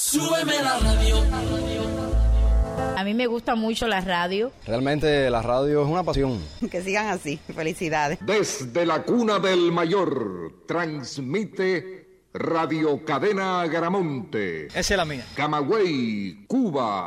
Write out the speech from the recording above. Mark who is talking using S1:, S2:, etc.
S1: Súbeme la radio.
S2: A mí me gusta mucho la radio.
S3: Realmente la radio es una pasión.
S4: Que sigan así. Felicidades.
S5: Desde la cuna del mayor, transmite Radio Cadena Garamonte.
S6: Esa es la mía.
S5: Camagüey, Cuba.